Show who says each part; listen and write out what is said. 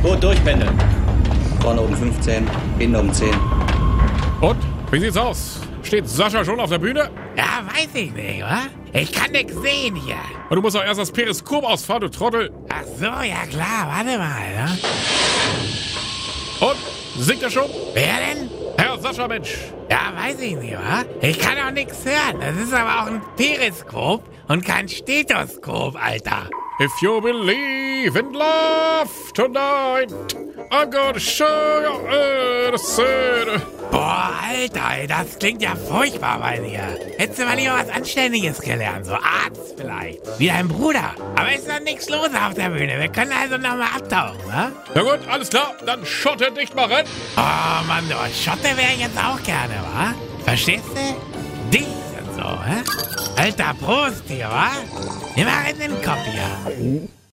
Speaker 1: Gut durchpendeln.
Speaker 2: Vorne um 15, hinten um 10.
Speaker 3: Und? Wie sieht's aus? Steht Sascha schon auf der Bühne?
Speaker 4: Ja, weiß ich nicht, wa? Ich kann nix sehen hier.
Speaker 3: Und du musst doch erst das Periskop ausfahren, du Trottel.
Speaker 4: Ach so, ja klar, warte mal, ne?
Speaker 3: Und? Singt er schon?
Speaker 4: Wer denn?
Speaker 3: Herr Sascha, Mensch.
Speaker 4: Ja, weiß ich nicht, wa? Ich kann auch nix hören. Das ist aber auch ein Periskop und kein Stethoskop, Alter.
Speaker 3: If you believe in love tonight, I'm gonna show you uh, the city.
Speaker 4: Boah, Alter, ey, das klingt ja furchtbar bei dir. Hättest du mal lieber was Anständiges gelernt, so Arzt vielleicht. Wie dein Bruder. Aber ist doch nichts los auf der Bühne. Wir können also nochmal abtauchen, ne?
Speaker 3: Na gut, alles klar. Dann Schotte dicht machen.
Speaker 4: Oh Mann, du, Schotte wäre ich jetzt auch gerne, wa? Verstehst du? Dich und so, hä? Alter, Prost hier, wa? Immer in den Kopf hier.